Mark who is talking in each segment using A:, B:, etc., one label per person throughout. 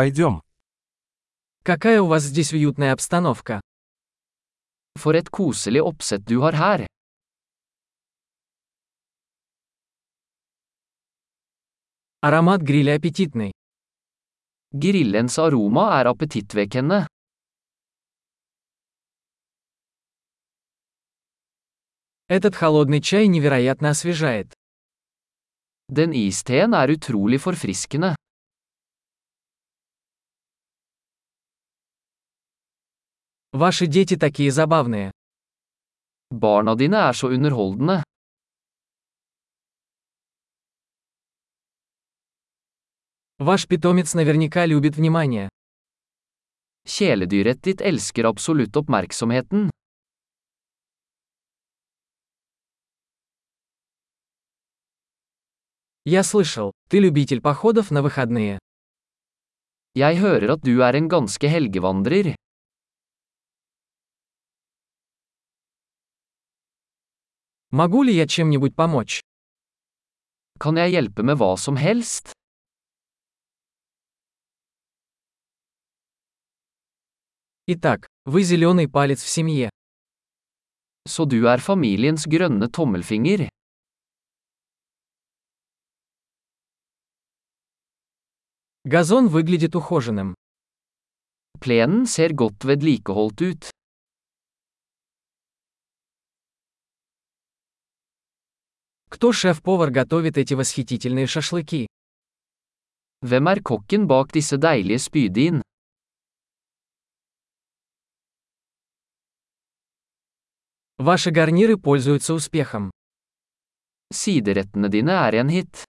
A: Пойдем.
B: Какая у вас здесь уютная обстановка.
C: For et koselig oppsett du har her.
B: Аромат гриля аппетитный.
C: Grillens aroma er appetittvekkende.
B: Этот холодный чай невероятно освежает.
C: Den isteen er utrolig forfriskende.
B: Ваши дети такие забавные.
C: Barna dine er så underholdende.
B: Ваш питомец наверняка любит внимание.
C: Kjæledyret ditt elsker absolutt oppmerksomheten.
B: Я слышал, ты любитель походов на выходные.
C: Jeg hører at du er en ganske helgevandrer.
B: Могу ли я чем-нибудь помочь?
C: Kan jeg hjelpe med hva som helst?
B: Итак, вы зеленый палец в семье.
C: Så du er familiens grønne tommelfinger.
B: Газон выглядит ухоженным.
C: Plenen ser godt vedlikeholdt ut.
B: Кто шеф-повар готовит эти восхитительные шашлыки?
C: Hvem er kokken bak disse deilige spydin?
B: Ваши гарниры пользуются успехом.
C: Siderettene dine er en hit.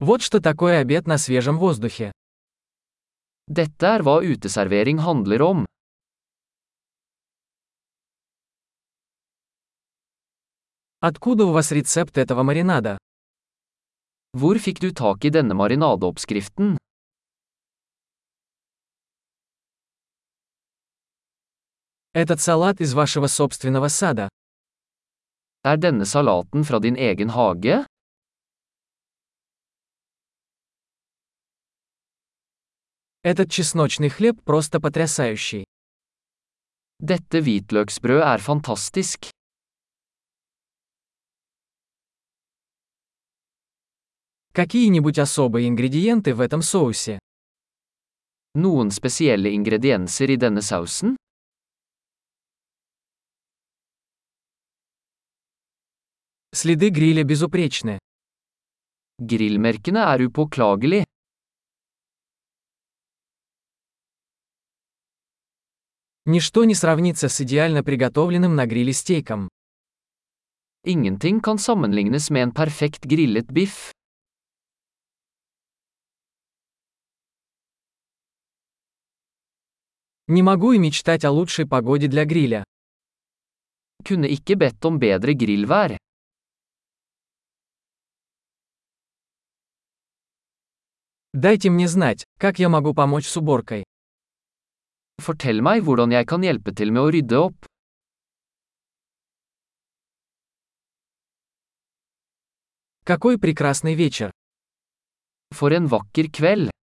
B: Вот что такое обед на свежем воздухе.
C: Dette er hva uteservering handler om.
B: Откуда у вас рецепт этого маринада?
C: Hvor fikk du tak i denne marinadeoppskriften?
B: Этот салат из вашего собственного сада.
C: Er denne salaten fra din egen hage?
B: Этот чесночный хлеб просто потрясающий.
C: Dette hvitløksbrødet er fantastisk.
B: Какие-нибудь особые ингредиенты в этом соусе?
C: Noen spesielle ingredienser i denne sausen?
B: Следы гриля безупречны.
C: Grillmerkene er upåklagelig.
B: Ничто не сравнится с идеально приготовленным на гриле стейком.
C: Ingenting kan sammenlignes med en perfekt grillet biff.
B: Не могу и мечтать о лучшей погоде для гриля.
C: Kunne ikke bedt om bedre grillvær.
B: Дайте мне знать, как я могу помочь с уборкой.
C: Fortell meg hvordan jeg kan hjelpe til med å rydde opp.
B: Какой прекрасный вечер.
C: For en vakker kveld.